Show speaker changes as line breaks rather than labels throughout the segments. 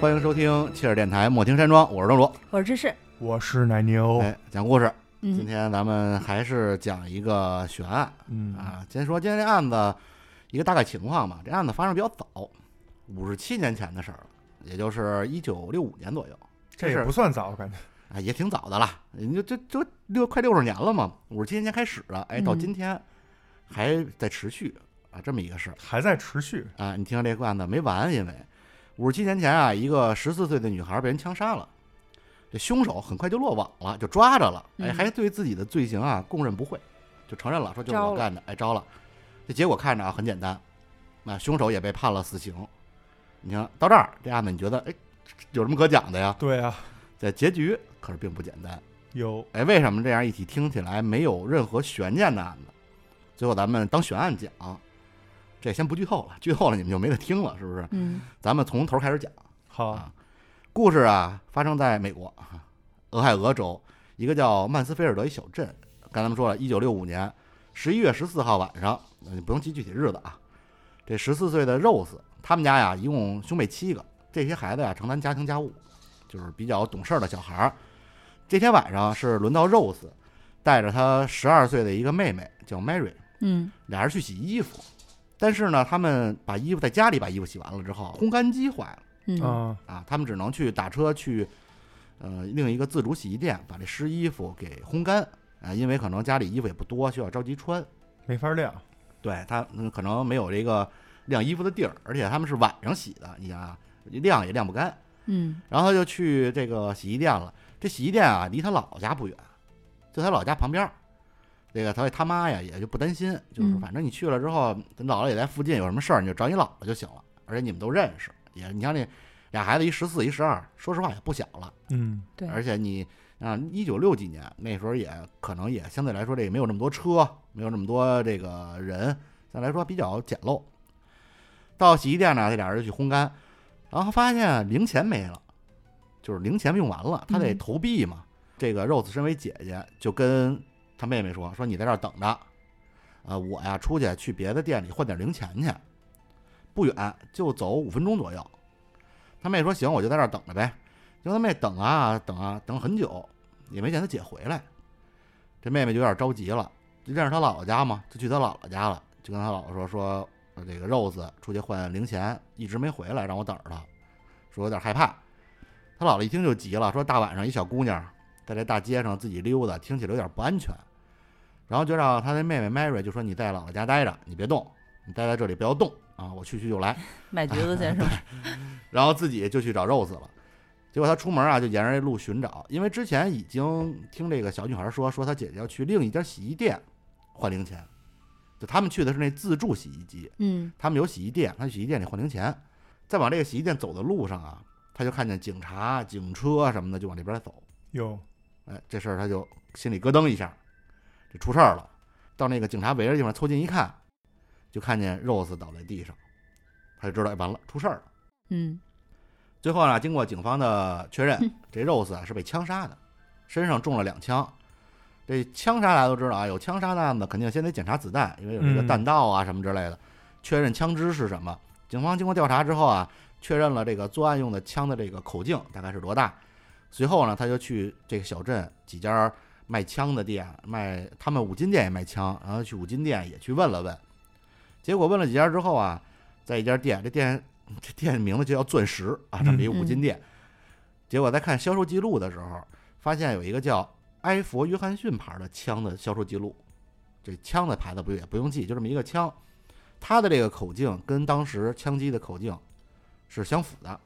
欢迎收听切尔电台《莫听山庄》，我是庄主。
我是芝士，
我是奶牛，
哎，讲故事，今
嗯，
天咱们还是讲一个悬案
嗯，
啊。先说今天这案子一个大概情况吧。这案子发生比较早，五十七年前的事儿了，也就是一九六五年左右。
这
是
也不算早，感觉
啊，也挺早的了，你就就就六快六十年了嘛，五十七年前开始的，哎，到
嗯
今天还在持续啊，这么一个事儿
还在持续。
啊。你听到这个案子没完，因为五十七年前啊，一个十四岁的女孩被人枪杀了，这凶手很快就落网了，就抓着了，哎，
嗯
还对自己的罪行啊供认不讳，就承认了，说就是
招
我
了
干的，哎，招了。这结果看着啊很简单，那凶手也被判了死刑。你看到这儿，这案子你觉得哎有什么可讲的呀？
对啊，
这结局可是并不简单。
有
哎，为什么这样一起听起来没有任何悬念的案子？最后咱们当悬案讲，这先不剧透了，剧透了你们就没得听了，是不是？
嗯，
咱们从头开始讲。
好
啊，故事啊，发生在美国俄亥俄州一个叫曼斯菲尔德一小镇。刚才咱们说了，一九六五年十一月十四号晚上，呃你不用记具体日子啊。这十四岁的 Rose，他们家呀一共兄妹七个，这些孩子呀承担家庭家务，就是比较懂事儿的小孩儿。这天晚上是轮到 Rose 带着她十二岁的一个妹妹叫 Mary，
嗯，
俩人去洗衣服，但是呢，他们把衣服在家里把衣服洗完了之后，烘干机坏了。
嗯，
啊，
啊，他们只能去打车去，呃，另一个自主洗衣店把这湿衣服给烘干啊，因为可能家里衣服也不多，需要着急穿。
没法晾，
对他、嗯可能没有这个晾衣服的地儿，而且他们是晚上洗的，你想啊，晾也晾不干。
嗯，
然后他就去这个洗衣店了。这洗衣店啊，离他老家不远，就他老家旁边儿。这个所以他妈呀也就不担心，就是
嗯
反正你去了之后，你姥姥也在附近，有什么事儿你就找你姥姥就行了。而且你们都认识，也你像那俩孩子一十四一十二，说实话也不小了。
嗯，
对，
而且你啊，一九六几年那时候也可能也相对来说这个没有那么多车，没有那么多这个人，相对来说比较简陋。到洗衣店呢，这俩人就去烘干，然后发现零钱没了，就是零钱用完了，他得
嗯
投币嘛。这个 Rose 身为姐姐，就跟她妹妹说：“说你在这儿等着，呃，我呀出去去别的店里换点零钱去，不远，就走五分钟左右。”他妹说：“行，我就在这儿等着呗。”就他妹等啊等啊等很久，也没见他姐回来。这妹妹就有点着急了，就认识她姥姥家嘛，就去她姥姥家了，就跟她姥姥说说呃这个 Rose 出去换零钱，一直没回来，让我等着她，说有点害怕。她姥姥一听就急了，说大晚上一小姑娘在这大街上自己溜达，听起来有点不安全，然后就让她那妹妹 Mary 就说你在姥姥家待着，你别动，你待在这里不要动啊，我去去就来。
买橘子去是吧？
然后自己就去找 Rose 了。结果他出门啊，就沿着这路寻找，因为之前已经听这个小女孩说，说她姐姐要去另一家洗衣店换零钱，就他们去的是那自助洗衣机，
嗯，
他们有洗衣店，他去洗衣店里换零钱。再往这个洗衣店走的路上啊，他就看见警察、警车什么的就往这边走，
有
哎，这事儿他就心里咯噔一下，这出事儿了。到那个警察围着地方凑近一看，就看见 Rose 倒在地上，他就知道哎完了，出事儿了。
嗯，
最后呢，经过警方的确认
嗯，
这 Rose 啊是被枪杀的，身上中了两枪。这枪杀大家都知道啊，有枪杀的案子肯定先得检查子弹，因为有这个
嗯
弹道啊什么之类的，确认枪支是什么。警方经过调查之后啊，确认了这个作案用的枪的这个口径大概是多大。随后呢，他就去这个小镇几家卖枪的店，卖他们五金店也卖枪，然后去五金店也去问了问。结果问了几家之后啊，在一家店，这店这店名字就叫钻石啊，这么一个五金店。结果在看销售记录的时候，发现有一个叫埃佛约翰逊牌的枪的销售记录，这枪的牌子不也不用记，就这么一个枪，它的这个口径跟当时枪击的口径是相符的，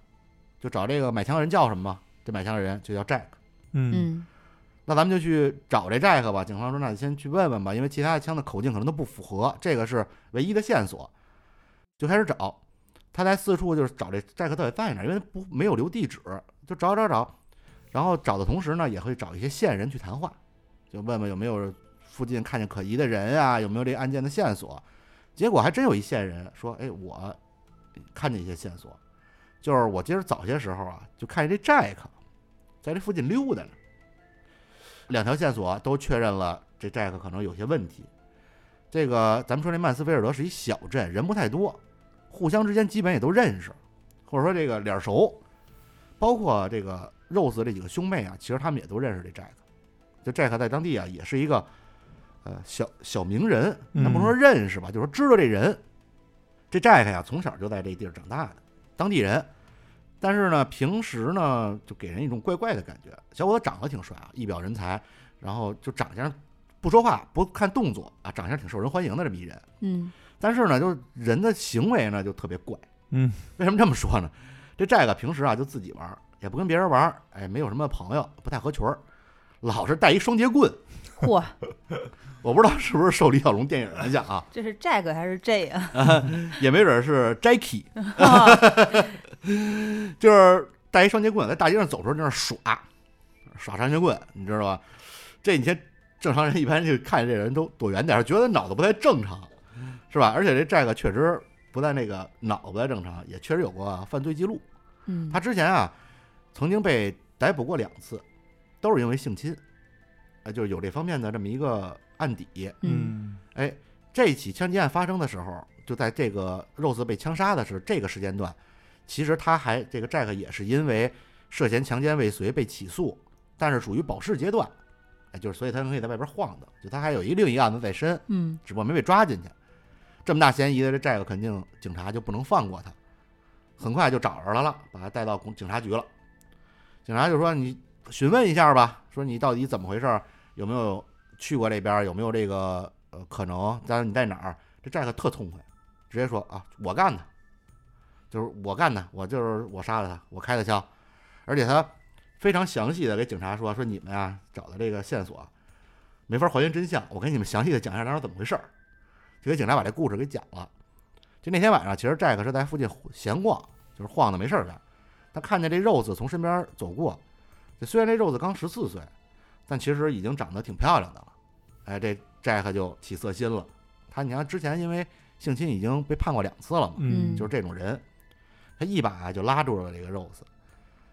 就找这个买枪人叫什么吧，这买枪人就叫 Jack。
嗯
嗯，
那咱们就去找这 Jack 吧。警方说，那你先去问问吧，因为其他的枪的口径可能都不符合，这个是唯一的线索。就开始找，他在四处就是找这 Jack 到底在哪儿，因为不没有留地址，就找找找。然后找的同时呢，也会找一些线人去谈话，就问问有没有附近看见可疑的人啊，有没有这案件的线索。结果还真有一线人说，哎，我看见一些线索，就是我今儿早些时候啊，就看见这 Jack 在这附近溜达呢。两条线索都确认了这 Jack 可能有些问题。这个咱们说这曼斯菲尔德是一小镇，人不太多，互相之间基本也都认识，或者说这个脸熟。包括这个 Rose 这几个兄妹啊，其实他们也都认识这 Jack，就 Jack 在当地啊也是一个呃小小名人，咱不说
嗯
认识吧，就说知道这人。这 Jack 呀、从小就在这地儿长大的，当地人。但是呢，平时呢就给人一种怪怪的感觉。小伙子长得挺帅啊，一表人才，然后就长相不说话不看动作啊，长相挺受人欢迎的这么一人。
嗯
但是呢，就是人的行为呢就特别怪。
嗯，
为什么这么说呢？这 Jack 平时啊就自己玩儿，也不跟别人玩儿，哎，没有什么朋友，不太合群儿，老是带一双截棍。
嚯，
我不知道是不是受李小龙电影影响啊，
这是 Jack 还是 J 啊？
也没准是 Jacky，就是带一双截棍在大街上走的时候在那儿耍，耍双截棍，你知道吧？这你先正常人一般就看见这人都躲远点儿，觉得脑子不太正常，是吧？而且这 Jack 确实不但那个脑子不太正常，也确实有过犯罪记录。
嗯，
他之前啊，曾经被逮捕过两次，都是因为性侵，呃，就是有这方面的这么一个案底。
嗯
嗯
哎，这起枪击案发生的时候，就在这个 Rose 被枪杀的时候这个时间段，其实他还这个 Jack 也是因为涉嫌强奸未遂被起诉，但是属于保释阶段，哎，就是所以他可以在外边晃荡，就他还有一另一案子在身，
嗯
只不过没被抓进去。这么大嫌疑的这 Jack 肯定警察就不能放过他，很快就找着他了，把他带到公警察局了。警察就说：“你询问一下吧，说你到底怎么回事儿，有没有去过这边儿，有没有这个呃可能？但是你在哪儿？”这 Jack 特痛快，直接说：“啊，我干的，就是我干的，我就是我杀了他，我开的枪。”而且他非常详细的给警察说：“说你们呀、找的这个线索没法还原真相，我给你们详细的讲一下当时怎么回事儿。就给警察把这故事给讲了。就那天晚上，其实 Jack 是在附近闲逛，就是晃的没事儿干。他看见这 Rose 从身边走过，就虽然这 Rose 刚十四岁，但其实已经长得挺漂亮的了。哎，这 Jack 就起色心了。他你看之前因为性侵已经被判过两次了嘛，
嗯
就是这种人，他一把就拉住了这个 Rose，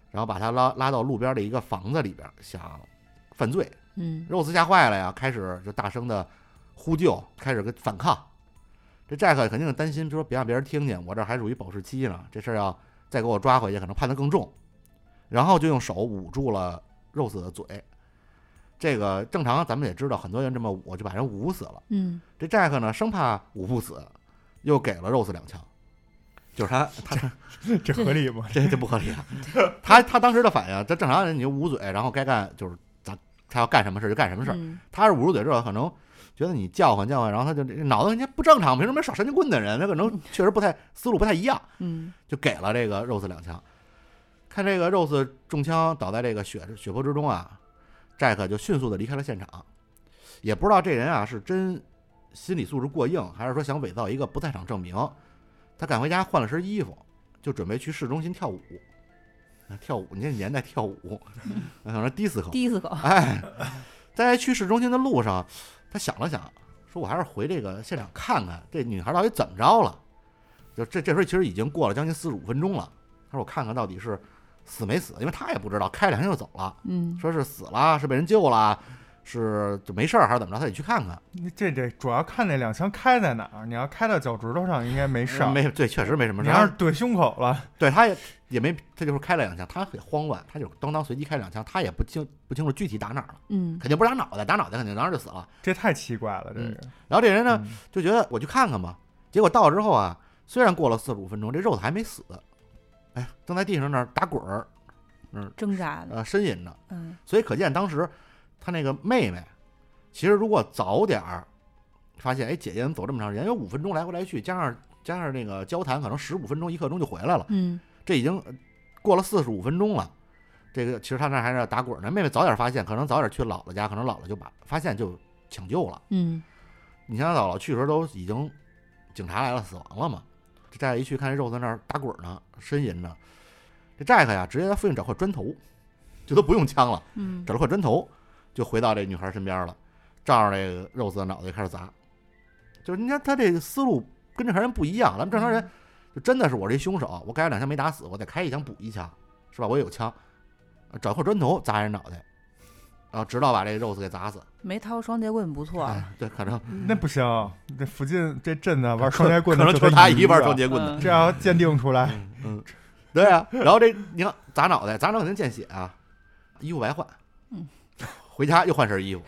然后把他拉拉到路边的一个房子里边，想犯罪。
嗯
Rose 吓坏了呀，开始就大声的呼救，开始跟反抗。这 Jack 肯定担心，就说别让别人听见，我这还属于保释期呢，这事儿要再给我抓回去，可能判得更重。然后就用手捂住了 Rose 的嘴。这个正常，咱们也知道，很多人这么捂就把人捂死了。
嗯
这 Jack 呢，生怕捂不死，又给了 Rose 两枪，就是他他
嗯
这合理吗？
这这不合理啊！他他当时的反应，啊这正常人你就捂嘴，然后该干就是咱他要干什么事儿就干什么事儿。
嗯
他是捂住嘴之后，可能觉得你叫唤叫唤，然后他就这脑子人家不正常，凭什么耍神经棍的人？他可能确实不太思路不太一样，
嗯
就给了这个 Rose 两枪。看这个 Rose 中枪倒在这个血血泊之中啊，Jack 就迅速的离开了现场，也不知道这人啊是真心理素质过硬，还是说想伪造一个不在场证明。他赶回家换了身衣服，就准备去市中心跳舞。啊跳舞，你这年代跳舞， 可能 disco，
第一次搞，
哎，在去市中心的路上，他想了想，说我还是回这个现场看看这女孩到底怎么着了。就这这时候其实已经过了将近四十五分钟了。他说我看看到底是死没死，因为他也不知道，开两枪就走了，
嗯
说是死了，是被人救了，是就没事儿还是怎么着，他得去看看。
你这这主要看那两枪开在哪儿，你要开到脚趾头上应该没事儿，
嗯没对，确实没什么
你
事
要
儿
是。怼胸口了，
对，他也也没，他就是开了两枪，他很慌乱，他就当当随机开两枪，他也不清不清楚具体打哪儿了，
嗯
肯定不是打脑袋，打脑袋肯定当时就死了。
这太奇怪了，这个。
然后这人呢，
嗯
就觉得我去看看吧。结果到了之后啊，虽然过了四十五分钟，这肉还没死，哎，正在地上那儿打滚儿，
挣扎的，
呃，呻吟着。
嗯
所以可见当时他那个妹妹，其实如果早点儿发现，哎，姐姐怎么走这么长时间？因为五分钟来回来去，加上加上那个交谈，可能十五分钟一刻钟就回来了。
嗯
这已经呃过了四十五分钟了。这个其实他那儿还在打滚儿呢。妹妹早点发现，可能早点去姥姥家，可能姥姥就把发现就抢救了。
嗯
你想想姥姥去的时候都已经警察来了，死亡了嘛。这 Jack 一去看这肉在那儿打滚呢，呻吟呢。这 Jack 呀，直接在附近找块砖头，就都不用枪了，
嗯
找了块砖头就回到这女孩身边了，照着这个肉丝的脑袋就开始砸。就是你看他这个思路跟正常人不一样，咱们正常人
嗯
就真的是我这凶手，我开两枪没打死，我再开一枪补一枪，是吧？我也有枪，找块砖头砸人脑袋，然后直到把这肉丝给砸死。
没掏双截棍不错，
哎，对，可能
那不行，这附近这镇子玩双截棍
可
的
能
就
就是他
一
一
个
玩双，截棍的。
嗯
这要鉴定出来，
嗯， 对啊，然后这你看砸脑袋，砸脑袋肯定见血啊，衣服白换，
嗯，
回家又换身衣服，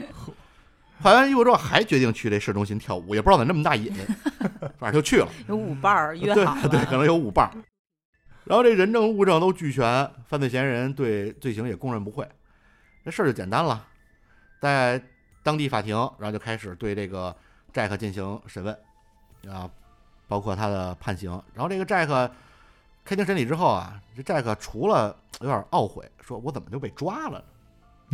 换完衣服之后还决定去这市中心跳舞，也不知道怎么那么大瘾， 反正就去了，
有舞伴儿 约
对
好了，
对，可能有舞伴儿。然后这人证物证都俱全，犯罪嫌疑人对罪行也供认不讳，这事儿就简单了。在当地法庭，然后就开始对这个 Jack 进行审问，啊，包括他的判刑。然后这个 Jack 开庭审理之后啊，这 Jack 除了有点懊悔，说我怎么就被抓了呢？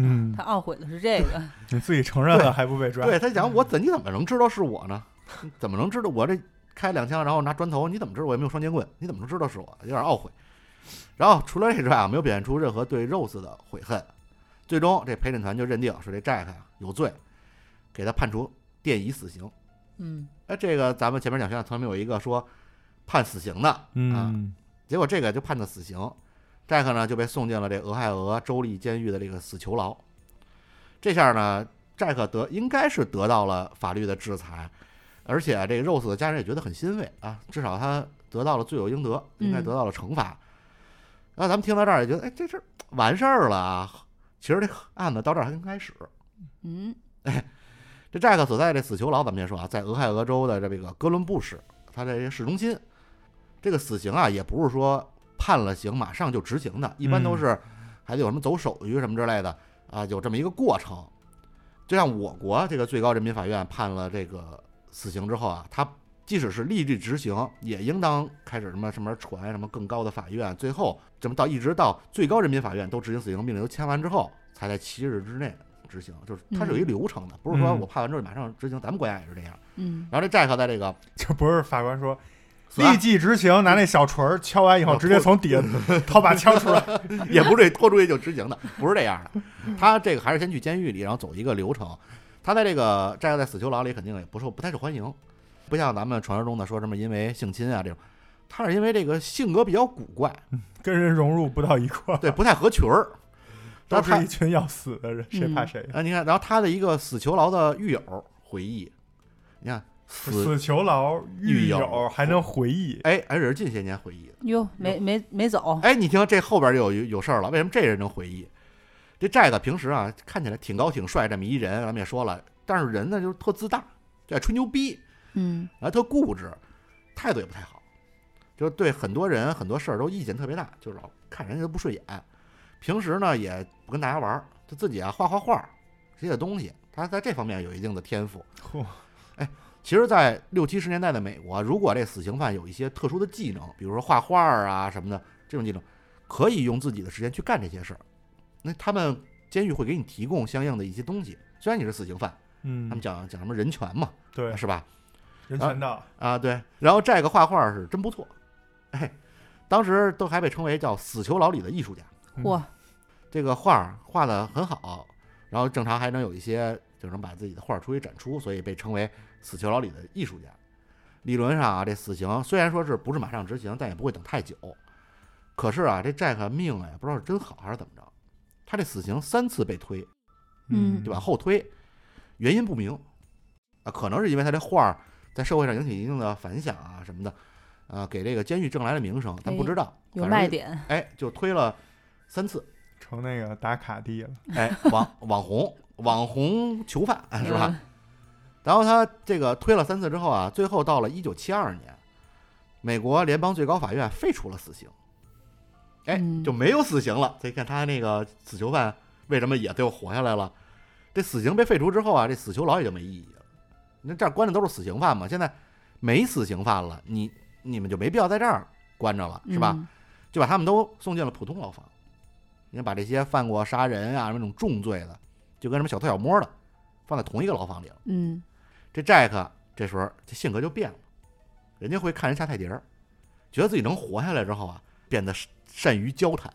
嗯，
他懊悔的是这个，
你自己承认
对
了还不被抓？
对他讲我怎你怎么能知道是我呢？ 你怎么能知道我这开两枪然后拿砖头？你怎么知道我也没有双截棍？你怎么能知道是我？有点懊悔。然后除了这之外啊，没有表现出任何对 Rose 的悔恨。最终这陪审团就认定说这 Jack 啊有罪，给他判处电椅死刑。
嗯，
哎，这个咱们前面讲学校曾经有一个说判死刑的，啊，
嗯，
结果这个就判的死刑，Jack 呢就被送进了这俄亥俄州立监狱的这个死囚牢。这下呢，Jack 得应该是得到了法律的制裁，而且啊这个 Rose 的家人也觉得很欣慰啊，至少他得到了罪有应得，应该
嗯
得到了惩罚。然后咱们听到这儿也觉得，哎，这事儿完事儿了啊。其实这个案子到这儿还刚开始。
嗯，
这 Jack 所在这死囚牢，咱们先说啊，在俄亥俄州的这个哥伦布市，它这个市中心，这个死刑啊，也不是说判了刑马上就执行的，一般都是还得有什么走手续什么之类的啊，有这么一个过程。就像我国这个最高人民法院判了这个死刑之后啊，它即使是立即执行，也应当开始什么什么传什么更高的法院，最后怎么到一直到最高人民法院都执行死刑命令都签完之后，才在七日之内执行，就是它是有一
嗯
流程的，不是说
嗯
我判完之后马上执行，咱们国家也是这样。
嗯，
然后这 Jack 在这个
就不是法官说
死
立
案
即执行，拿那小锤儿敲完以后，
啊
直接从底下掏把枪出来。
也不是这拖出去就执行的，不是这样的。他这个还是先去监狱里，然后走一个流程。他在这个这个在死囚牢里肯定也不受不太受欢迎，不像咱们传说中的说什么因为性侵啊这种，他是因为这个性格比较古怪，
跟人融入不到一 块儿，
对，不太合群儿。然
都
后他
是一群要死的人，谁怕谁？
啊，你看，然后他的一个死囚牢的狱友回忆，你看死
死囚牢
狱
狱
友
友还能回忆，
哎，而且是近些年回忆的。
哟，没没没走，
哎，你听这后边就有有事儿了，为什么这人能回忆？这 Jack 平时啊看起来挺高挺帅，这么一人，咱们也说了，但是人呢就是特自大，就爱吹牛逼，
嗯
然后特固执，态度也不太好，就是对很多人很多事儿都意见特别大，就是老看人家都不顺眼。平时呢也不跟大家玩儿，就自己啊画画画，写写东西，他在这方面有一定的天赋。哎
嚯，
其实，在六七十年代的美国，如果这死刑犯有一些特殊的技能，比如说画画啊什么的这种技能，可以用自己的时间去干这些事儿。那他们监狱会给你提供相应的一些东西，虽然你是死刑犯，他们
嗯，
讲讲什么人权嘛，
对，
是吧？
人权道，
啊，对。然后这个画画是真不错，哎，当时都还被称为叫死囚牢里的艺术家。
嗯
嚯，
这个画儿画的很好，然后正常还能有一些就能把自己的画儿出去展出，所以被称为死囚牢里的艺术家。理论上啊，这死刑虽然说是不是马上执行，但也不会等太久。可是啊，这 Jack 命啊，也不知道是真好还是怎么着，他这死刑三次被推，
嗯
就往后推，原因不明啊，可能是因为他这画儿在社会上引起一定的反响啊什么的，呃，给这个监狱挣来了名声，咱不知道，
哎有
反正
卖
就，
点，
哎，就推了三次，
成那个打卡地了，
哎，网网红网红囚犯啊是吧？然后他这个推了三次之后啊，最后到了一九七二年，美国联邦最高法院废除了死刑，哎，
嗯
就没有死刑了。再看他那个死囚犯为什么也最后活下来了？这死刑被废除之后啊，这死囚牢也就没意义了。那这儿关的都是死刑犯嘛，现在没死刑犯了，你你们就没必要在这儿关着了，
嗯？
是吧？就把他们都送进了普通牢房。你看，把这些犯过杀人啊、什么那种重罪的，就跟什么小偷小摸的，放在同一个牢房里了。
嗯？
这 Jack 这时候这性格就变了，人家会看人下菜碟儿，觉得自己能活下来之后啊，变得善善于交谈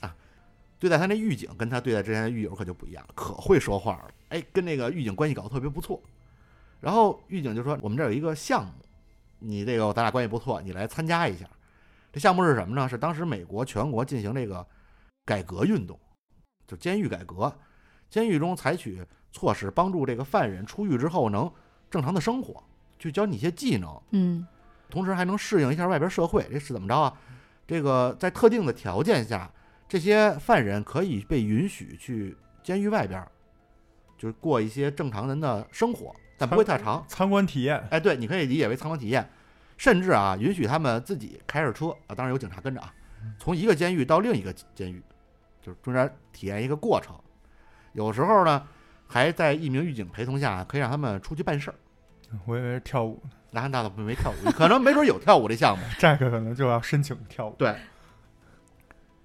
啊。对待他那狱警跟他对待之前的狱友可就不一样了，可会说话了。哎，跟那个狱警关系搞得特别不错。然后狱警就说：“我们这儿有一个项目，你这个咱俩关系不错，你来参加一下。”这项目是什么呢？是当时美国全国进行这个改革运动，就监狱改革，监狱中采取措施帮助这个犯人出狱之后能正常的生活，去教你一些技能，
嗯
同时还能适应一下外边社会。这是怎么着啊？这个在特定的条件下，这些犯人可以被允许去监狱外边儿，就是过一些正常人的生活，但不会太长。
参观体验，
哎，对，你可以理解为参观体验，甚至啊，允许他们自己开着车啊，当然有警察跟着啊，从一个监狱到另一个监狱，就是中间体验一个过程。有时候呢，还在一名狱警陪同下，可以让他们出去办事儿。
我以为是跳 舞呢，
那那倒没跳舞，可能没准有跳舞这项目。
Jack 可能就要申请跳舞。
对，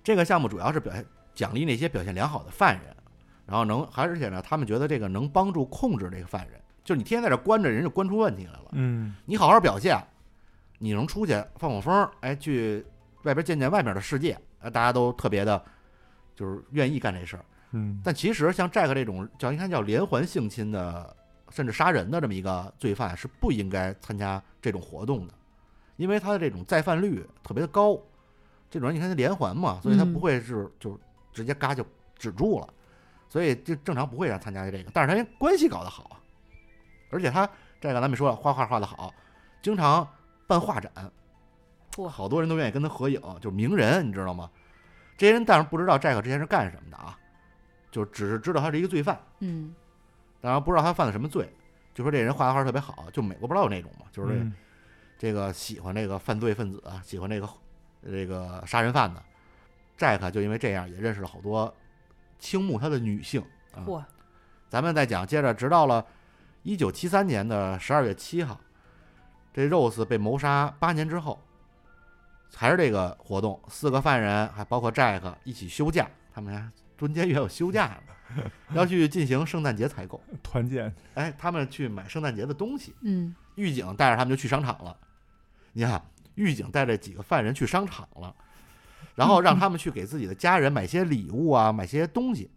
这个项目主要是表现奖励那些表现良好的犯人，然后能，还而且呢，他们觉得这个能帮助控制这个犯人，就是你天天在这关着人，就关出问题来了。
嗯
你好好表现，你能出去放放风，哎，去外边见见外面的世界，啊，大家都特别的，就是愿意干这事儿。
嗯
但其实像 Jack 这种叫应该叫连环性侵的，甚至杀人的这么一个罪犯是不应该参加这种活动的，因为他的这种再犯率特别的高。这种人你看他连环嘛，所以他
嗯
不会是就直接嘎就止住了，所以就正常不会让参加这个。但是他关系搞得好，啊而且他这个咱们说了，画画画得好，经常办画展，
嚯
好多人都愿意跟他合影，就是名人，你知道吗？这些人但是不知道 Jack 之前是干什么的啊，就只是知道他是一个罪犯，
嗯
当然不知道他犯了什么罪。就说这人画的画特别好，就美国不知道有那种嘛，就是这
嗯
这个喜欢这个犯罪分子啊，喜欢这个这个杀人犯的。Jack 啊就因为这样也认识了好多倾慕他的女性。啊
嚯，
咱们再讲，接着直到了一九七三年的十二月七号，这 Rose 被谋杀八年之后，还是这个活动，四个犯人还包括 Jack 一起休假，他们家蹲监狱还有休假呢， 要去进行圣诞节采购。
嗯团建，
哎，他们去买圣诞节的东西，
嗯
狱警带着他们就去商场了。你看，狱警带着几个犯人去商场了，然后让他们去给自己的家人买些礼物啊，买些东西。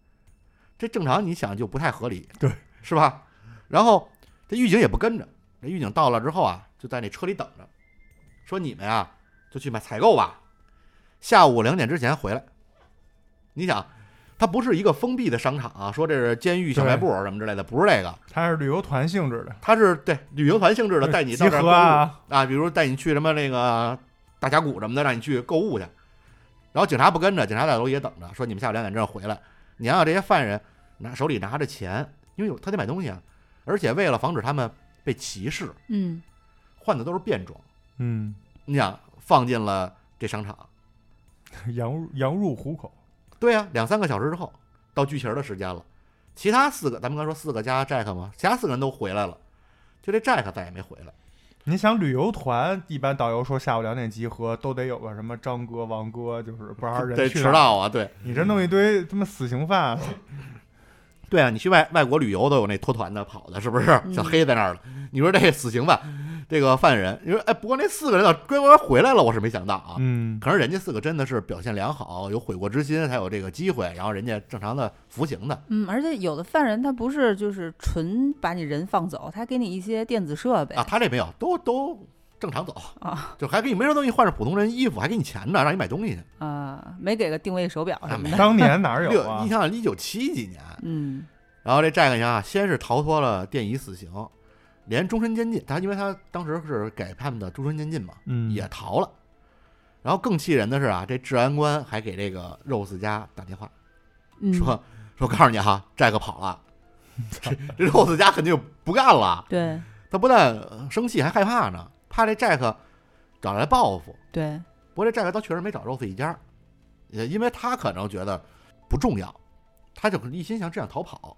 这正常你想就不太合理，
对，
是吧？然后这狱警也不跟着，这狱警到了之后啊，就在那车里等着，说你们啊就去买采购吧，下午两点之前回来。你想，它不是一个封闭的商场啊，说这是监狱小卖部什么之类的，不是这个，
它是旅游团性质的，
它是对旅游团性质的，带你到
集
这儿
合
购物
啊，
啊，比如带你去什么那个大峡谷什么的，让你去购物去。然后警察不跟着，警察在楼底下等着，说你们下午两点正回来。你想想这些犯人拿手里拿着钱，因为有他得买东西啊，而且为了防止他们被歧视，
嗯
换的都是便装。
嗯，
你想放进了这商场，
羊入羊入虎口，
对呀、两三个小时之后到聚齐儿的时间了，其他四个咱们刚才说四个加 Jack 嘛，其他四个人都回来了，就这 Jack 再也没回来。
你想旅游团，一般导游说下午两点集合，都得有个什么张哥、王哥，就是不让
对，
人去
迟
哪儿。
到啊，对
你这弄一堆他妈死刑犯，啊
对啊，你去外外国旅游都有那脱团的跑的，是不是？小黑在那儿了。你说这死刑犯，这个犯人，你说哎，不过那四个人要乖乖回来了，我是没想到啊。
嗯，
可能人家四个真的是表现良好，有悔过之心，才有这个机会，然后人家正常的服刑的。
嗯，而且有的犯人他不是就是纯把你人放走，他给你一些电子设备
啊，他这没有，都都正常走
啊，
就还给你没什么东西，换上普通人衣服，还给你钱呢，让你买东西去。
啊，没给个定位手表
啊
什么
没
的，
嗯当年哪有
六，
啊
你？想想一九七几年，
嗯
然后这债克啊，先是逃脱了电椅死刑，连终身监禁，他因为他当时是给判的终身监禁嘛，
嗯，
也逃了。然后更气人的是啊，这治安官还给这个 Rose 家打电话
嗯，
说说，告诉你哈，Jack 跑了，这 Rose 家肯定就不干了。
对
他不但呃生气，还害怕呢，怕这 Jack 找来报复。
对，
不过这 Jack 他确实没找 Rose 一家，也因为他可能觉得不重要，他就一心想这样逃跑。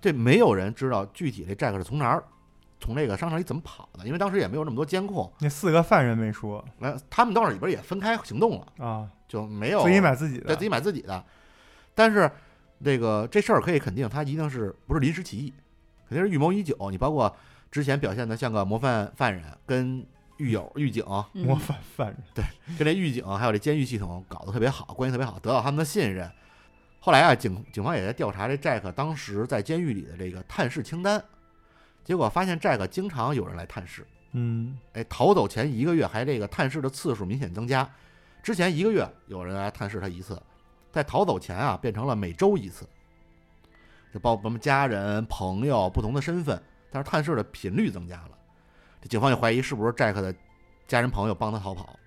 这没有人知道具体这 Jack 是从哪儿，从这个商场里怎么跑的，因为当时也没有那么多监控。
那四个犯人没说
那他们到那里边也分开行动了，
啊，
就没有
自己买自己
对
的
自，己买自己的。但是这个这事儿可以肯定，他一定是不是临时起意，肯定是预谋已久。你包括之前表现的像个模范犯人，跟狱友、狱警、
嗯
模范犯人，
跟这狱警还有这监狱系统搞得特别好，关系特别好，得到他们的信任。后来啊，警警方也在调查这 Jack 当时在监狱里的这个探视清单，结果发现 Jack 经常有人来探视。
嗯，
哎，逃走前一个月还这个探视的次数明显增加，之前一个月有人来探视他一次，在逃走前啊变成了每周一次，就包括什么家人、朋友不同的身份，但是探视的频率增加了，这警方就怀疑是不是 Jack 的家人朋友帮他逃跑，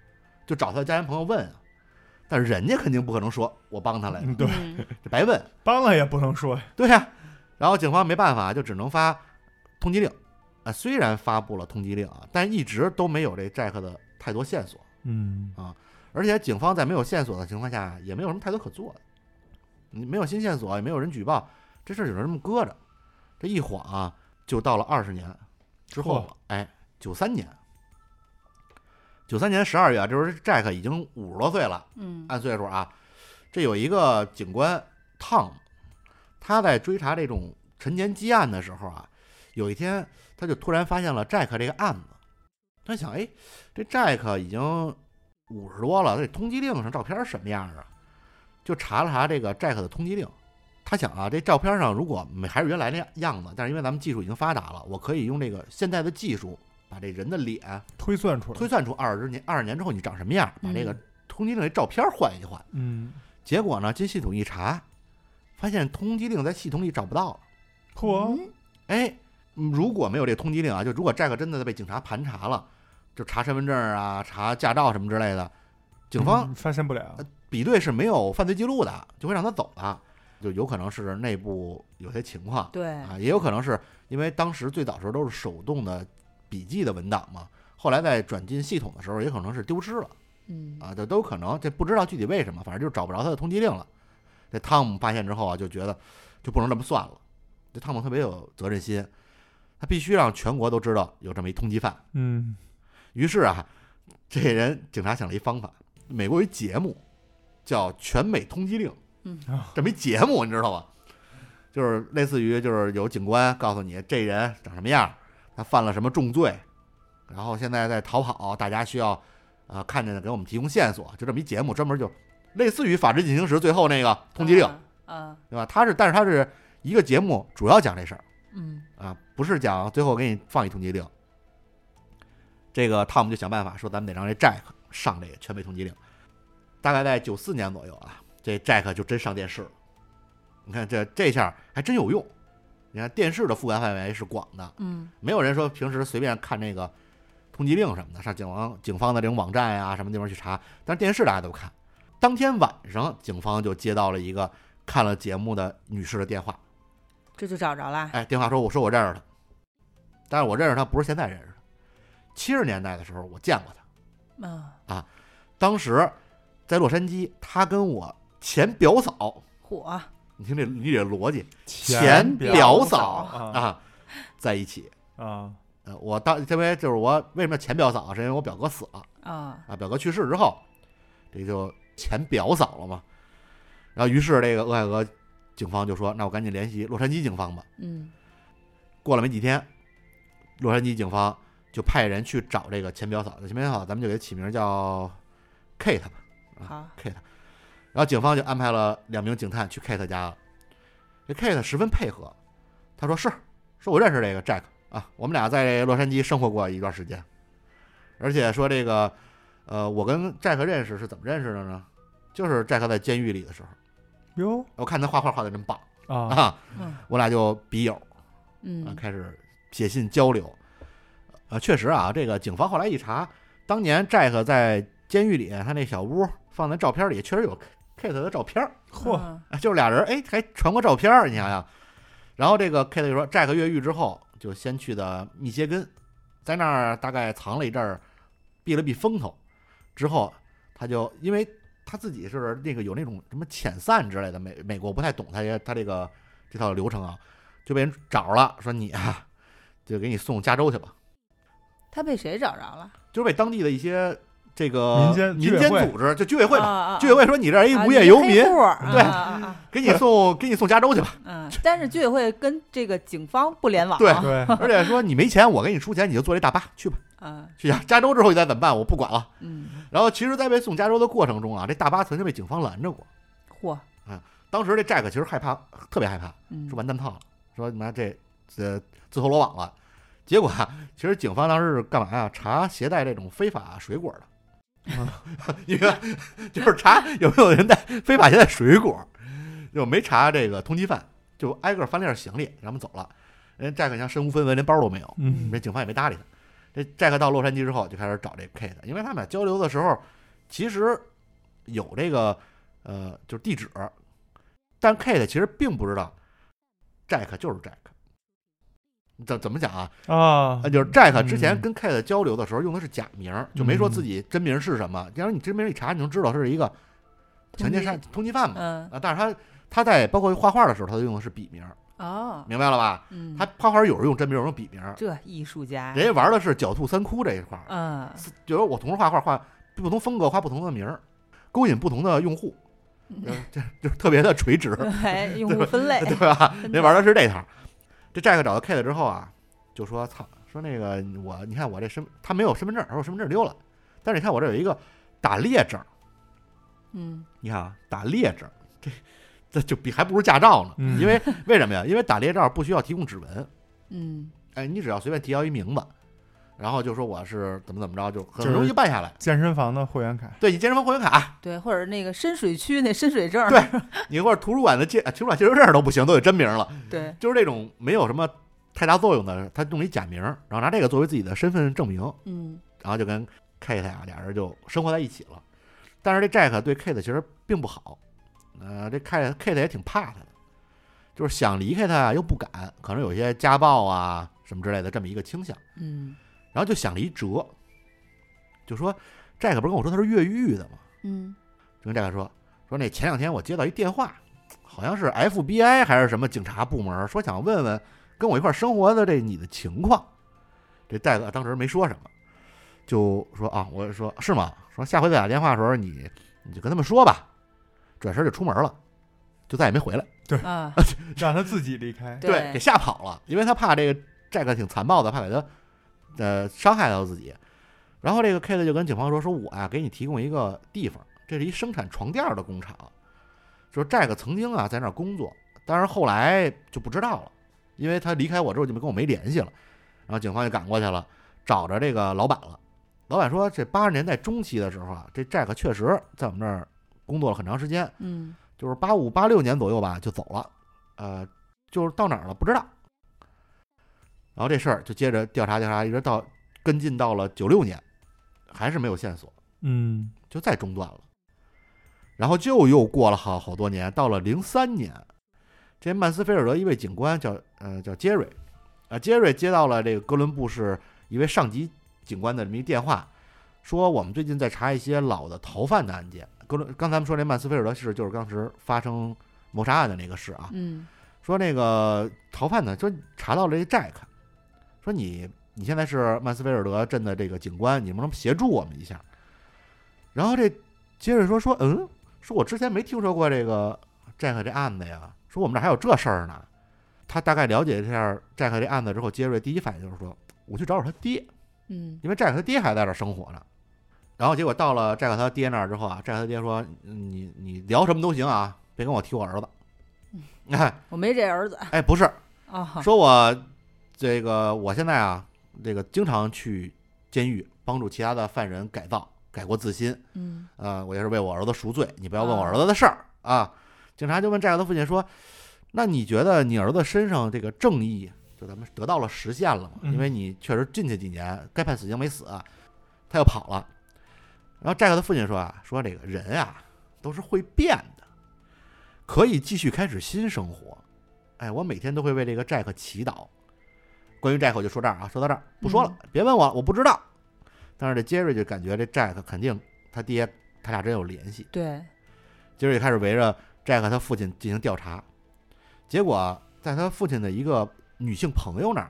就找他的家人朋友问啊。但是人家肯定不可能说我帮他来的，
嗯，对，
嗯
这白问。
帮了也不能说呀，
对呀、然后警方没办法，就只能发通缉令。啊，虽然发布了通缉令啊，但一直都没有这 Jack 的太多线索，
嗯
而且警方在没有线索的情况下，也没有什么太多可做的。你没有新线索，也没有人举报，这事儿有人这么搁着。这一晃啊，就到了二十年之后了。哎，九三年，九三年十二月啊，这时候 Jack 已经五十多岁了，
嗯
按岁数啊，这有一个警官 Tom，他在追查这种陈年积案的时候啊，有一天他就突然发现了 Jack 这个案子，他想，哎，这 Jack 已经五十多了，这通缉令上照片什么样啊？就查了查这个 Jack 的通缉令。他想啊，这照片上如果没还是原来那样子，但是因为咱们技术已经发达了，我可以用这个现在的技术把这人的脸
推算出来，
推算出二十年二十年之后你长什么样，把这个
嗯
通缉令这照片换一换。
嗯，
结果呢，进系统一查，发现通缉令在系统里找不到了。
嚯，
嗯
哎，嗯如果没有这通缉令啊，就如果 Jack 真的被警察盘查了，就查身份证啊、查驾照什么之类的，警方
嗯发现不了，
比对是没有犯罪记录的，就会让他走的，就有可能是内部有些情况
对，
啊，也有可能是因为当时最早时候都是手动的笔记的文档嘛，后来在转进系统的时候，也可能是丢失了。
嗯
啊，这都可能，这不知道具体为什么，反正就找不着他的通缉令了。这汤姆发现之后啊，就觉得就不能这么算了。这汤姆特别有责任心，他必须让全国都知道有这么一通缉犯。
嗯，
于是啊，这人警察想了一方法，美国有一节目叫《全美通缉令》，
嗯
啊，
这么一节目你知道吗？就是类似于就是有警官告诉你这人长什么样，他犯了什么重罪，然后现在在逃跑，大家需要呃看见的给我们提供线索，就这么一节目，专门就类似于《法制进行时》最后那个通缉令，
啊啊，
对吧？他是，但是他是一个节目，主要讲这事儿。
嗯
啊，不是讲最后给你放一通缉令。这个汤姆就想办法说，咱们得让这 Jack 上这个全美通缉令。大概在九四年左右啊，这 Jack 就真上电视了。你看这这下还真有用。你看电视的覆盖范围是广的，
嗯
没有人说平时随便看那个通缉令什么的，上警方警方的这种网站呀、什么地方去查，但是电视大家都看。当天晚上，警方就接到了一个看了节目的女士的电话，
这就找着了，
哎，电话说我说我认识他，但是我认识他不是现在认识的，七十年代的时候我见过他，
嗯，
当时在洛杉矶，他跟我前表嫂，
火，
你听这你这逻辑，前
前
表
表
嫂
嫂
啊
啊，在一起。
啊，
呃，我当因为就是我为什么前表嫂，是因为我表哥死了
啊，
啊，表哥去世之后，这就前表嫂了嘛。然后于是这个俄亥俄警方就说，那我赶紧联系洛杉矶警方吧。
嗯
过了没几天，洛杉矶警方就派人去找这个前表嫂。前表嫂咱们就给她起名叫 Kate 吧
好，
，Kate。然后警方就安排了两名警探去 Kate 家了。这 Kate 十分配合，他说是，说我认识这个 Jack 啊，我们俩在洛杉矶生活过一段时间，而且说这个，呃，我跟 Jack 认识是怎么认识的呢？就是 Jack 在监狱里的时候，
哟
我看他画画画的真棒
啊，
啊，
嗯
我俩就笔友，啊，
嗯
开始写信交流。呃，确实啊，这个警方后来一查，当年 Jack 在监狱里他那小屋放在照片里，确实有 Kate 的照片儿，
嚯，
嗯
啊 就是俩人哎还传过照片儿，你想想。然后这个 Kate 就说，Jack 越狱之后就先去的密歇根，在那儿大概藏了一阵儿，避了避风头。之后他就因为他自己是那个有那种什么遣散之类的，美美国不太懂他这他这个这套流程啊，就被人找着了，说你啊，就给你送加州去吧，
他被谁找着了？
就是被当地的一些这个
民间居
民
委
间
会
组织，就居委会吧，
吧
居委会说你这
啊
儿一无业游民，对
对
给你送给你送加州去吧，
嗯，但是居委会跟这个警方不联网，
对
对，
而且说你没钱，我给你出钱，你就坐这大巴去吧，
啊，
去加加州之后你再怎么办，我不管了。
嗯，
然后其实，在被送加州的过程中啊，这大巴曾经被警方拦着过。
嚯，
当时这 Jack 其实害怕，特别害怕，
嗯，
说完蛋套了，说你妈这这自投罗网了。结果啊，其实警方当时是干嘛呀？查携带这种非法水果的， 因为就是查有没有人带非法携带水果，就没查这个通缉犯，就挨个翻了一下行李，然后走了。人 Jack 像身无分文，连包都没有。
嗯
这警方也没搭理他。这 Jack 到洛杉矶之后就开始找这 Kate，因为他们俩交流的时候，其实有这个呃，就是地址，但 Kate 其实并不知道 Jack 就是 Jack。怎怎么讲啊？
啊
啊，就是 Jack 之前
嗯
跟 Kate 交流的时候用的是假名儿，就没说自己真名是什么。要是你真名一查，你就知道是一个强奸杀通缉犯嘛。
嗯，
啊，但是他他在包括画画的时候，他用的是笔名儿，
哦，
明白了吧？
嗯，
他画画有人用真名，有人用笔名儿，
这艺术家，
人家玩的是狡兔三窟这一块儿。
嗯，
就是我同时画画画不同风格，画不同的名儿，勾引不同的用户， 就就就是特别的垂直，
哎，用户 分类，
对吧？
真的
人玩的是这套。这 Jack 找到 Kate 之后啊，就说：“操，说那个我，你看我这身，他没有身份证，他说我身份证丢了，但是你看我这有一个打猎证，
嗯，
你看啊，打猎证，这这就比还不如驾照呢，
嗯
因为为什么呀？因为打猎照不需要提供指纹，
嗯，
哎，你只要随便提交一名字，然后就说我是怎么怎么着，就很
就是
容易办下来。
健身房的会员卡，
对你健身房会员卡，
对，或者那个深水区那深水证，
对你或者图书馆的借啊图书馆借书证都不行，都得真名了。
对，
就是这种没有什么太大作用的，他弄一假名，然后拿这个作为自己的身份证明，
嗯，
然后就跟 Kate 啊俩人就生活在一起了。但是这 Jack 对 Kate 其实并不好，呃，这 Kate Kate 也挺怕他的，就是想离开他啊又不敢，可能有些家暴啊什么之类的这么一个倾向。
嗯，
然后就想了一辙，就说 Jack 不是跟我说他是越狱的吗？
嗯，
就跟 Jack 说说那前两天我接到一电话，好像是 FBI 还是什么警察部门说想问问跟我一块儿生活的这你的情况。这 Jack 当时没说什么，就说啊，我说是吗？说下回再打电话的时候你你就跟他们说吧。转身就出门了，就再也没回来。
啊，
让他自己离开。
对，给吓跑了，因为他怕这个 Jack 挺残暴的，怕给他呃伤害到自己。然后这个 Kate 就跟警方说：“说我啊，给你提供一个地方，这是一生产床垫儿的工厂，就是 Jack 曾经啊在那儿工作，但是后来就不知道了，因为他离开我之后就没跟我没联系了。然后警方就赶过去了，找着这个老板了。老板说，这八十年代中期的时候啊，这 Jack 确实在我们这儿工作了很长时间，
嗯，
就是八五八六年左右吧就走了，呃，就是到哪儿了不知道。然后这事儿就接着调查调查，一直到跟进到了九六年，还是没有线索，
嗯，
就再中断了。然后就又过了好好多年，到了零三年，这曼斯菲尔德一位警官叫呃叫杰瑞，啊杰瑞接到了这个哥伦布市一位上级警官的这么一电话，说我们最近在查一些老的逃犯的案件。哥伦刚才咱们说这曼斯菲尔德市就是当时发生谋杀案的那个市啊，
嗯，
说那个逃犯呢，说查到了这 Jack，说你你现在是曼斯菲尔德镇的这个警官，你能不能协助我们一下？然后这杰瑞说说，嗯，说我之前没听说过这个 Jack 这案子呀，说我们这儿还有这事儿呢。他大概了解一下 Jack 这案子之后，杰瑞第一反应就是说，我去找找他爹，
嗯，
因为 Jack 他爹还在这儿生活呢。然后结果到了 Jack 他爹那儿之后啊，Jack 他爹说，嗯你你聊什么都行啊，别跟我提我儿子。 哎
我没这儿子
哎，不是，
啊，
说我这个我现在啊，这个经常去监狱帮助其他的犯人改造、改过自新。
嗯，
呃，我也是为我儿子赎罪，你不要问我儿子的事儿啊。警察就问债务的父亲说：“那你觉得你儿子身上这个正义，就咱们得到了实现了吗？
嗯
因为你确实进去几年，该判死刑没死，啊他又跑了。”然后债务的父亲说：“啊，说这个人啊，都是会变的，可以继续开始新生活。哎，我每天都会为这个 Jack 祈祷。关于 Jack 我就说这儿啊，说到这儿不说了，别问我，我不知道。但是这杰瑞就感觉这 Jack 肯定他爹他俩真有联系，
对，
杰瑞就开始围着 Jack 他父亲进行调查，结果在他父亲的一个女性朋友那儿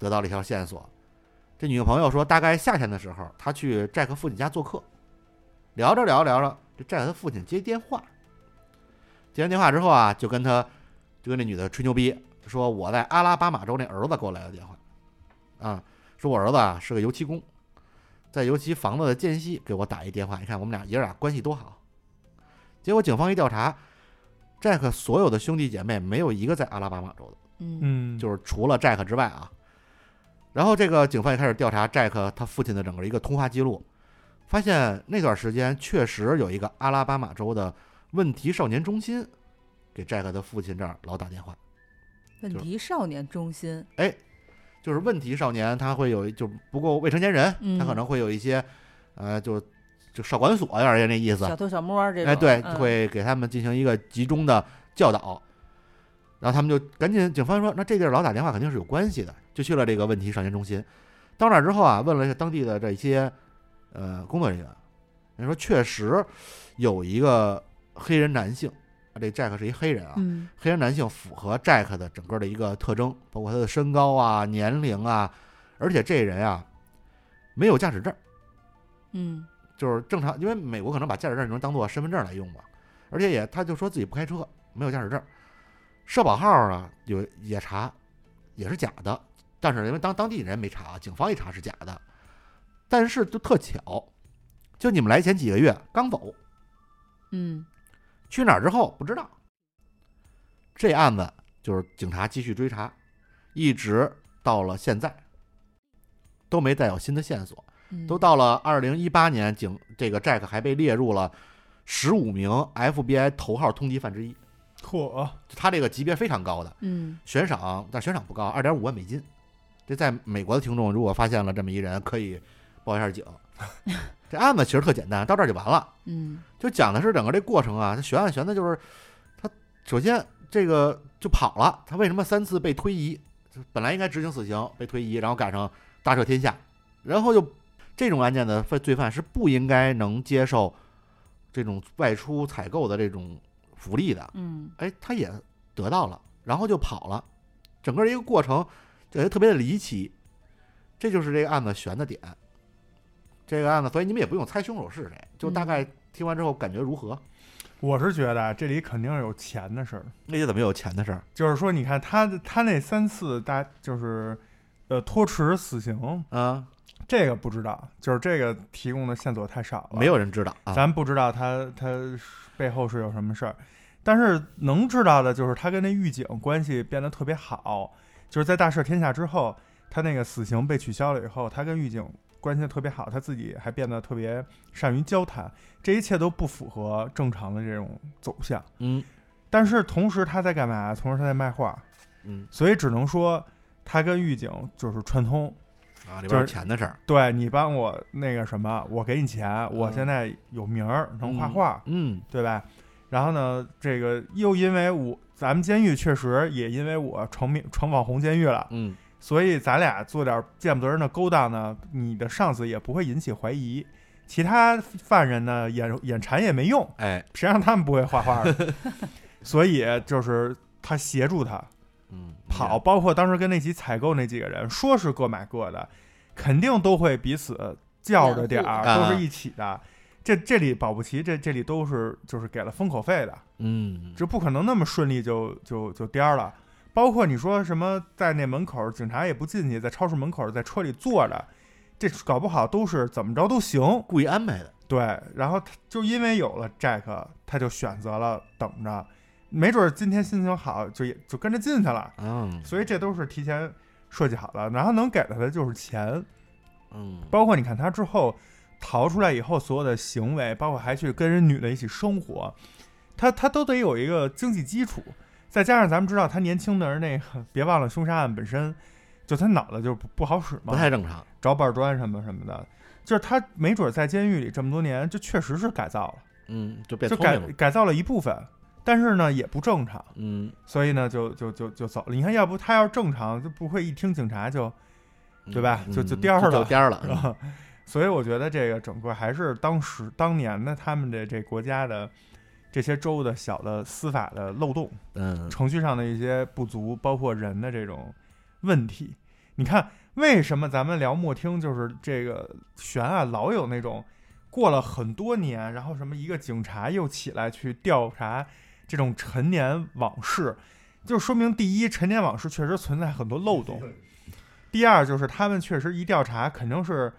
得到了一条线索。这女性朋友说，大概夏天的时候，她去 Jack 父亲家做客，聊着聊着聊着，这 Jack 他父亲接电话，接完电话之后啊，就跟他就跟那女的吹牛逼，说我在阿拉巴马州那儿子给我来的电话，啊，说我儿子啊是个油漆工，在油漆房子的间隙给我打一电话，你看我们俩爷儿俩关系多好。结果警方一调查，Jack 所有的兄弟姐妹没有一个在阿拉巴马州的，
嗯，
嗯，
就是除了 Jack 之外啊。然后这个警方也开始调查 Jack 他父亲的整个一个通话记录，发现那段时间确实有一个阿拉巴马州的问题少年中心给 Jack 的父亲这儿老打电话。
问题少年中心，
就是问题少年，他会有一就不够未成年人，
嗯
他可能会有一些，呃，就就少管所有点儿那意思
小，偷小摸儿这种，
哎，对，
嗯
会给他们进行一个集中的教导，然后他们就赶紧，警方说，那这地儿老打电话肯定是有关系的，就去了这个问题少年中心。到那儿之后啊，问了一下当地的这些呃工作人员，人说确实有一个黑人男性，啊这 Jack 是一黑人啊，
嗯
黑人男性符合 Jack 的整个的一个特征，包括他的身高啊、年龄啊，而且这人啊没有驾驶证。
嗯
就是正常，因为美国可能把驾驶证能当做身份证来用嘛，而且也他就说自己不开车，没有驾驶证，社保号呢有也查，也是假的，但是因为当当地人没查，啊警方一查是假的，但是就特巧，就你们来前几个月刚走，
嗯
去哪儿之后不知道。这案子就是警察继续追查，一直到了现在，都没再有新的线索。
嗯，
都到了二零一八年，警这个 Jack 还被列入了十五名 FBI 头号通缉犯之一，
嚯，
就他这个级别非常高的，
嗯
悬赏，但悬赏不高，二点五万美金。这在美国的听众如果发现了这么一人，可以报一下警。 这案子其实特简单，到这儿就完了，
嗯
就讲的是整个这过程啊。他悬案悬的就是他首先这个就跑了，他为什么三次被推移？就本来应该执行死刑被推移，然后赶上大赦天下，然后就这种案件的犯罪犯是不应该能接受这种外出采购的这种福利的。
嗯
哎，他也得到了，然后就跑了，整个一个过程感觉特别的离奇，这就是这个案子悬的点。这个案子，所以你们也不用猜凶手是谁，就大概听完之后感觉如何？
我是觉得啊这里肯定是有钱的事儿。
那就怎么有钱的事儿？
就是说，你看他他那三次大就是，呃，拖迟死刑，
嗯，
这个不知道，就是这个提供的线索太少了，
没有人知道啊。
咱不知道他他背后是有什么事儿，但是能知道的就是他跟那狱警关系变得特别好，就是在大赦天下之后，他那个死刑被取消了以后，他跟狱警关系得特别好，他自己还变得特别善于交谈，这一切都不符合正常的这种走向。
嗯
但是同时他在干嘛？同时他在卖画，
嗯
所以只能说他跟狱警就是串通。
啊，里
就
边
是
有钱的事儿。
对你帮我那个什么，我给你钱，我现在有名儿，能画画，
嗯
对吧？然后呢，这个又因为我咱们监狱确实也因为我成名成网红监狱了，
嗯
所以咱俩做点见不得人的勾当呢，你的上司也不会引起怀疑，其他犯人呢眼眼馋也没用，
哎
谁让他们不会画画呢？所以就是他协助他，
嗯，
跑，包括当时跟那起采购那几个人，说是各买各的，肯定都会彼此叫着点儿，
掩护
都是一起的。这这里保不齐这这里都是就是给了封口费的，
嗯
这不可能那么顺利就就就颠儿了。包括你说什么在那门口，警察也不进去，在超市门口，在车里坐着，这搞不好都是怎么着都行。
故意安排的。
对，然后他就因为有了 Jack，他就选择了等着，没准儿今天心情好就也就跟着进去了。
嗯
所以这都是提前设计好的。然后能给到他的就是钱，
嗯，
包括你看他之后逃出来以后所有的行为，包括还去跟人女的一起生活，他他都得有一个经济基础。再加上咱们知道他年轻的人那个，别忘了凶杀案本身就他脑子就不不好使嘛，
不太正常。
找板砖什么什么的。就是他没准在监狱里这么多年，就确实是改造了，
嗯，就变
就
聪
改
明了。
改造了一部分，但是呢也不正常。
嗯，
所以呢，就就就就走了。你看，要不他要是正常，就不会一听警察就，
嗯
对吧
嗯
就就颠儿了
就颠儿 了。嗯
是吧？所以我觉得这个整个还是当时当年的他们的这国家的这些州的小的司法的漏洞，
嗯，
程序上的一些不足，包括人的这种问题。你看，为什么咱们聊莫听，就是这个悬案老有那种过了很多年，然后什么一个警察又起来去调查这种陈年往事，就说明第一，陈年往事确实存在很多漏洞；第二，就是他们确实一调查，肯定是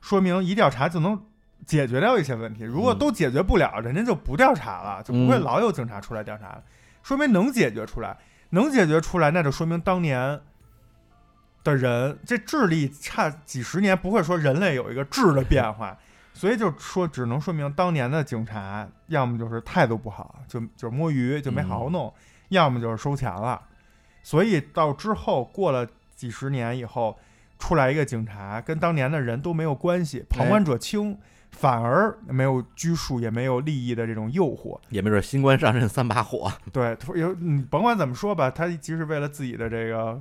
说明一调查就能。解决掉一些问题，如果
嗯
都解决不了，人家就不调查了，就不会
嗯
老有警察出来调查了。说明能解决出来，能解决出来，那就说明当年的人这智力差几十年，不会说人类有一个质的变化，所以就说只能说明当年的警察要么就是态度不好，就就是摸鱼就没好好弄，要么就是收钱了，所以到之后过了几十年以后，出来一个警察跟当年的人都没有关系，旁观者清。反而没有拘束，也没有利益的这种诱惑。
也没准新官上任三把火，
对，突有你甭管怎么说吧，他即使为了自己的这个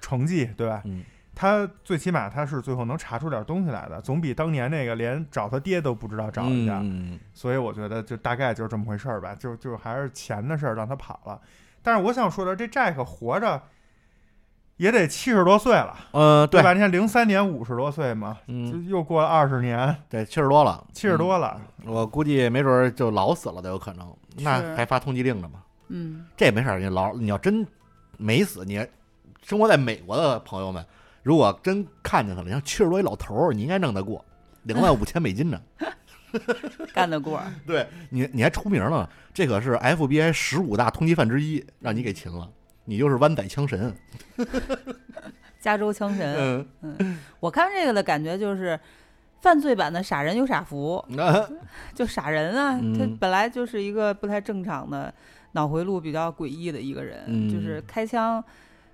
成绩，对吧？
嗯，
他最起码他是最后能查出点东西来的，总比当年那个连找他爹都不知道找人家。
嗯
所以我觉得就大概就是这么回事儿吧，就就还是钱的事儿让他跑了。但是我想说的，这 Jack 活着也得七十多岁了，
呃，对，
吧？你看零三年五十多岁嘛，就
嗯，
又过了二十年，
对，七十多了，
七十 多了。
嗯，我估计没准儿就老死了都有可能，那
是
还发通缉令呢嘛？
嗯，
这也没事儿，你老你要真没死，你生活在美国的朋友们，如果真看见他了，你像七十多一老头儿，你应该弄得过，两万五千美金呢。
干得过。
对你，你还出名了，这可是 FBI 十五大通缉犯之一，让你给擒了，你就是湾仔枪神。
加州枪神，
嗯，
我看这个的感觉就是。犯罪版的傻人有傻福，
那
就傻人啊，他
嗯
本来就是一个不太正常的脑回路比较诡异的一个人，
嗯
就是开枪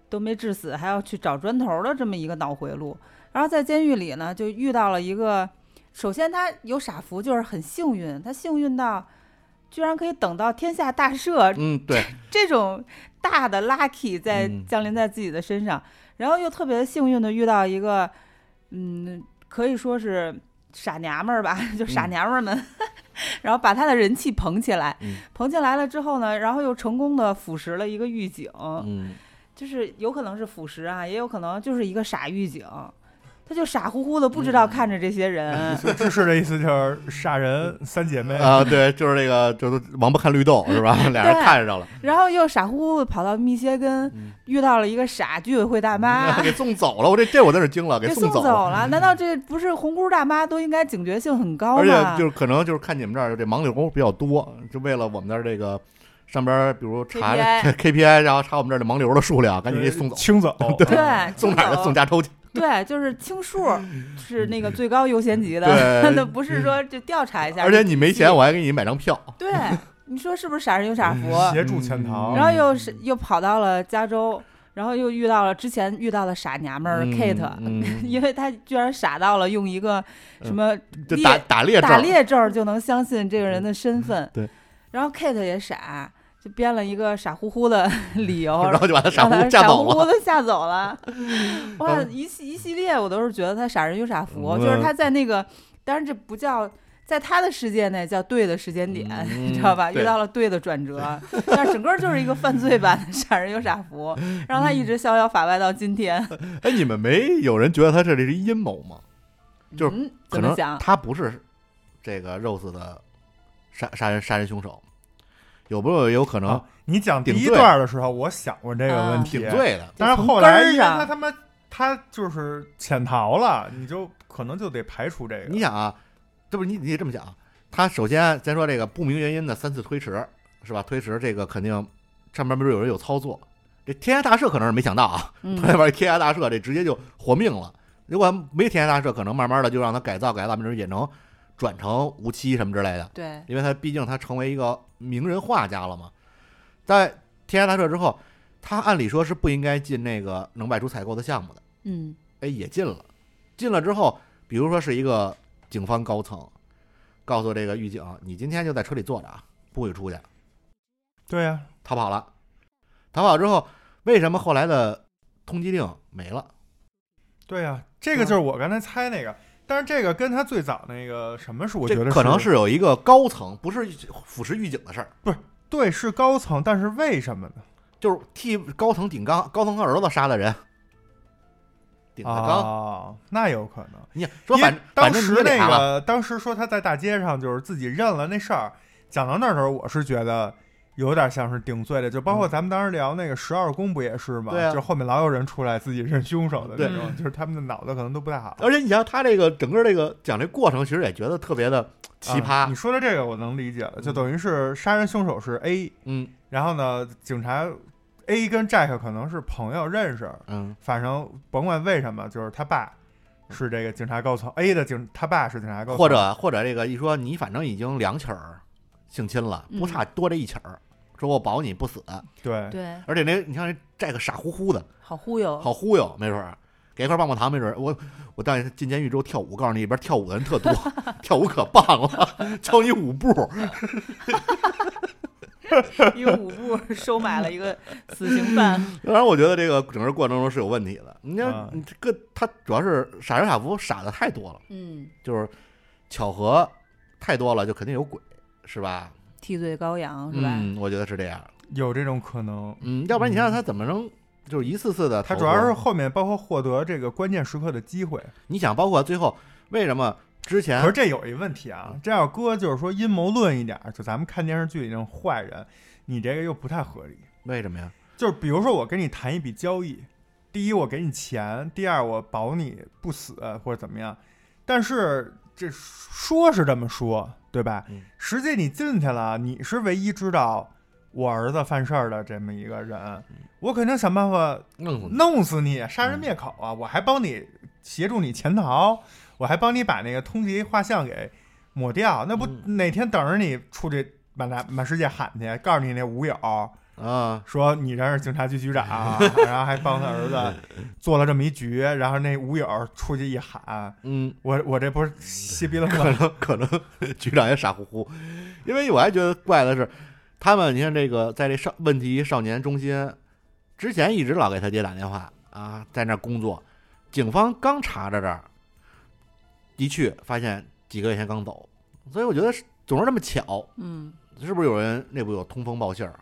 都没致死，还要去找砖头的这么一个脑回路。然后在监狱里呢，就遇到了一个，首先他有傻福，就是很幸运，他幸运到居然可以等到天下大赦，
嗯， 对，
这种大的 lucky 在
嗯
降临在自己的身上，然后又特别幸运的遇到一个，嗯，可以说是傻娘们儿吧， 就傻
嗯
娘们儿们， 然后把他的人气捧起来，
嗯
捧起来了之后呢，然后又成功的腐蚀了一个狱警，
嗯，
就是有可能是腐蚀啊，也有可能就是一个傻狱警，
嗯
他就傻乎乎的不知道看着这些 人，
所以芝士的意思就是杀人三姐妹，
啊，对，就是这个，就是王八看绿豆是吧？ 俩人
对
看上了，
然后又傻乎乎的跑到密歇根，
嗯
遇到了一个傻居委会大 妈。
给送走了，我这这我真是惊了，
啊给
送
送
走
走了。难道这不是红箍大妈都应该警觉性很高吗？
而且就是可能就是看你们这儿这盲流比较多，就为了我们那儿这个上边儿，比如查
KPI
KPI，然后查我们这儿的盲流的数量，赶紧给送走，哦
清走。
对
送哪儿呢？
走
送加州去。
对，就是清数 是那个最高优先级的，
对 嗯
那不是说就调查一下。
而且你没钱，我还给你买张票。
对，你说是不是傻人有
嗯
傻福？
协助潜逃，
嗯然后又是又跑到了加州，然后又遇到了之前遇到了傻娘们儿 Kate，、
嗯嗯
因为她居然傻到了用一个什么
就
猎
打打猎证
打
儿，
猎证儿就能相信这个人的身份。
对，
然后 Kate 也傻，就编了一个傻乎乎的 理由，
然后就把他 傻
让
乎
他
吓
傻
走
乎乎
了。嗯
的吓 走了。哇，一系一系列我都是觉得他傻人有傻福，就是他在那个，当然这不叫。在他的世界内叫对的时间点，
嗯
你知道吧？
对
遇到了对的转折，但是整个就是一个犯罪版的傻人有傻福，让他一直逍遥法外到今天。
哎，你们没有人觉得他这里是阴谋吗？就是
嗯、
可
怎么
能
讲？
他不是这个 Rose 的杀杀人杀人凶手，有没有有可能
啊你讲第一
顶罪
段的时候，我想过这个问题
顶，罪的？
但是后来因为
啊从根儿上
他他妈他就是潜逃了，你就可能就得排除这个。
你想啊，这不是你你得这么想，啊他首先咱说这个不明原因的三次推迟是吧？推迟这个肯定上面没准有人有操作，这天下大赦可能是没想到啊，
嗯
突然玩天下大赦这直接就活命了。如果没天下大赦，可能慢慢的就让他改造改造，没准也能转成无期什么之类的，
对，
因为他毕竟他成为一个名人画家了嘛。在天下大赦之后，他按理说是不应该进那个能外出采购的项目的。
嗯，
哎，也进了。进了之后，比如说是一个警方高层，告诉这个狱警，你今天就在车里坐着啊，不许出去。
对呀、
逃跑了，逃跑之后，为什么后来的通缉令没了？
对呀、这个
嗯
就是我刚才猜那个，但是这个跟他最早那个什么是，我觉
这
得
可能
是
是有一个高层，不是腐蚀狱警的事儿，
对，是高层，但是为什么呢？
就是替高层顶缸，高层他儿子杀的人，顶的
啊、
缸。
那有可能。
你说
因
反
为
反
当
正你
时
也得
那
查了，
个当时说他在大街上就是自己认了那事儿，讲到那儿的时候，我是觉得。有点像是顶罪的，就包括咱们当时聊那个十二宫不也是吗？
嗯对啊
就后面老有人出来自己认凶手的那
对
种，就是他们的脑子可能都不太好。
而且你像他这个整个这个讲这过程，其实也觉得特别的奇
啊
葩
你。说的这个我能理解了，就等于是杀人凶手是 A，
嗯
然后呢，警察 A 跟 Jack 可能是朋友认识，
嗯，
反正甭管为什么，就是他爸是这个警察高层，A 的警他爸是警察高层，
或者或者这个一说你反正已经两起儿性侵了，
嗯
不差多这一起儿，说我保你不死，
对
对，
而且那你看这这个傻乎乎的，
好忽悠，
好忽悠，没准儿给块棒棒糖，没准儿我我带你进监狱之后跳舞，告诉你里边跳舞的人特多， 跳舞可棒了，教你舞步。
一个舞步收买了一个死刑犯，
当然，我觉得这个整个过程中是有问题的。你
啊
看，你这个他主要是傻人傻福傻的太多了，
嗯，
就是巧合太多了，就肯定有鬼，是吧？
替罪羔羊哦是吧？
嗯，我觉得是这样。
有这种可能。
嗯，要不然你想想他怎么能就是一次次的？
他主要是后面包括获得这个关键时刻的机会，
你想，包括最后为什么之前
可是这有一问题啊，这要搁就是说阴谋论一点儿，就咱们看电视剧里那种坏人，你这个又不太合理。
为什么呀？
就是比如说我跟你谈一笔交易，第一我给你钱，第二我保你不死或者怎么样，但是这说是这么说，对吧？
嗯
实际你进去了，你是唯一知道我儿子犯事儿的这么一个人，我肯定想办法
弄死你！
弄死你，杀人灭口啊！
嗯
我还帮你协助你潜逃，我还帮你把那个通缉画像给抹掉，那不
嗯
哪天等着你出去满大满世界喊去，告诉你那五友
啊，
说你这是警察局局长，然后还帮他儿子
嗯
做了这么一局，然后那五友出去一喊，
嗯，
我我这不是稀逼了
可
吗？
能可能局长也傻乎乎，因为我还觉得怪的是，他们你看这个在这少问题少年中心之前一直老给他爹打电话啊，在那儿工作，警方刚查着这儿，一去发现几个月前刚走，所以我觉得是总是这么巧，
嗯，
是不是有人内部有通风报信儿？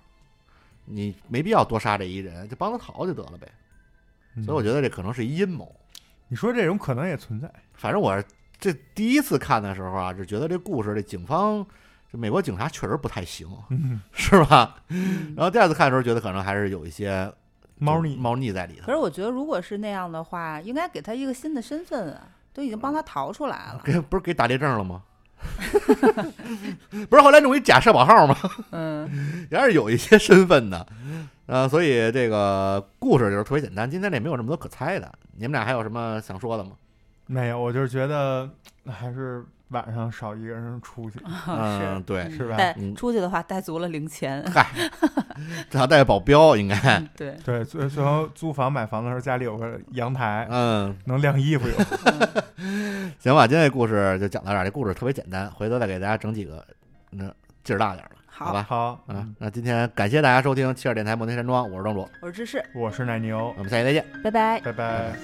你没必要多杀这一人，就帮他逃就得了呗。所以我
嗯
觉得这可能是一阴谋。
你说这种可能也存在，
反正我这第一次看的时候啊，就觉得这故事这警方，这美国警察确实不太行，
嗯，
是吧？
嗯
然后第二次看的时候，觉得可能还是有一些
猫
就是
腻。
猫腻在里头
可。是我觉得，如果是那样的话，应该给他一个新的身份啊，都已经帮他
嗯
逃出来 了。
给不是给打猎证了吗？ 不是后来弄一假社保号吗？
嗯，
也是有一些身份的，呃，所以这个故事就是特别简单。今天这没有那么多可猜的，你们俩还有什么想说的吗？
没有，我就是觉得还是晚上少一个人出去，
嗯，对，
是吧
带
嗯
出去的话，带足了零钱。
嗨，这还带保镖应
哎
该，
嗯 对，
对，最最后租房买房的时候，家里有个阳台，
嗯，
能晾衣服有。
嗯
行吧，今天这故事就讲到这儿。这故事特别简单，回头再给大家整几个，那劲儿大点儿的，好
好，
吧？
好，
啊
嗯，，
那今天感谢大家收听《七二电台摩天山庄》，我是庄主，
我是芝士，
嗯
我是奶牛
我，们下期再见。
拜拜。
拜拜。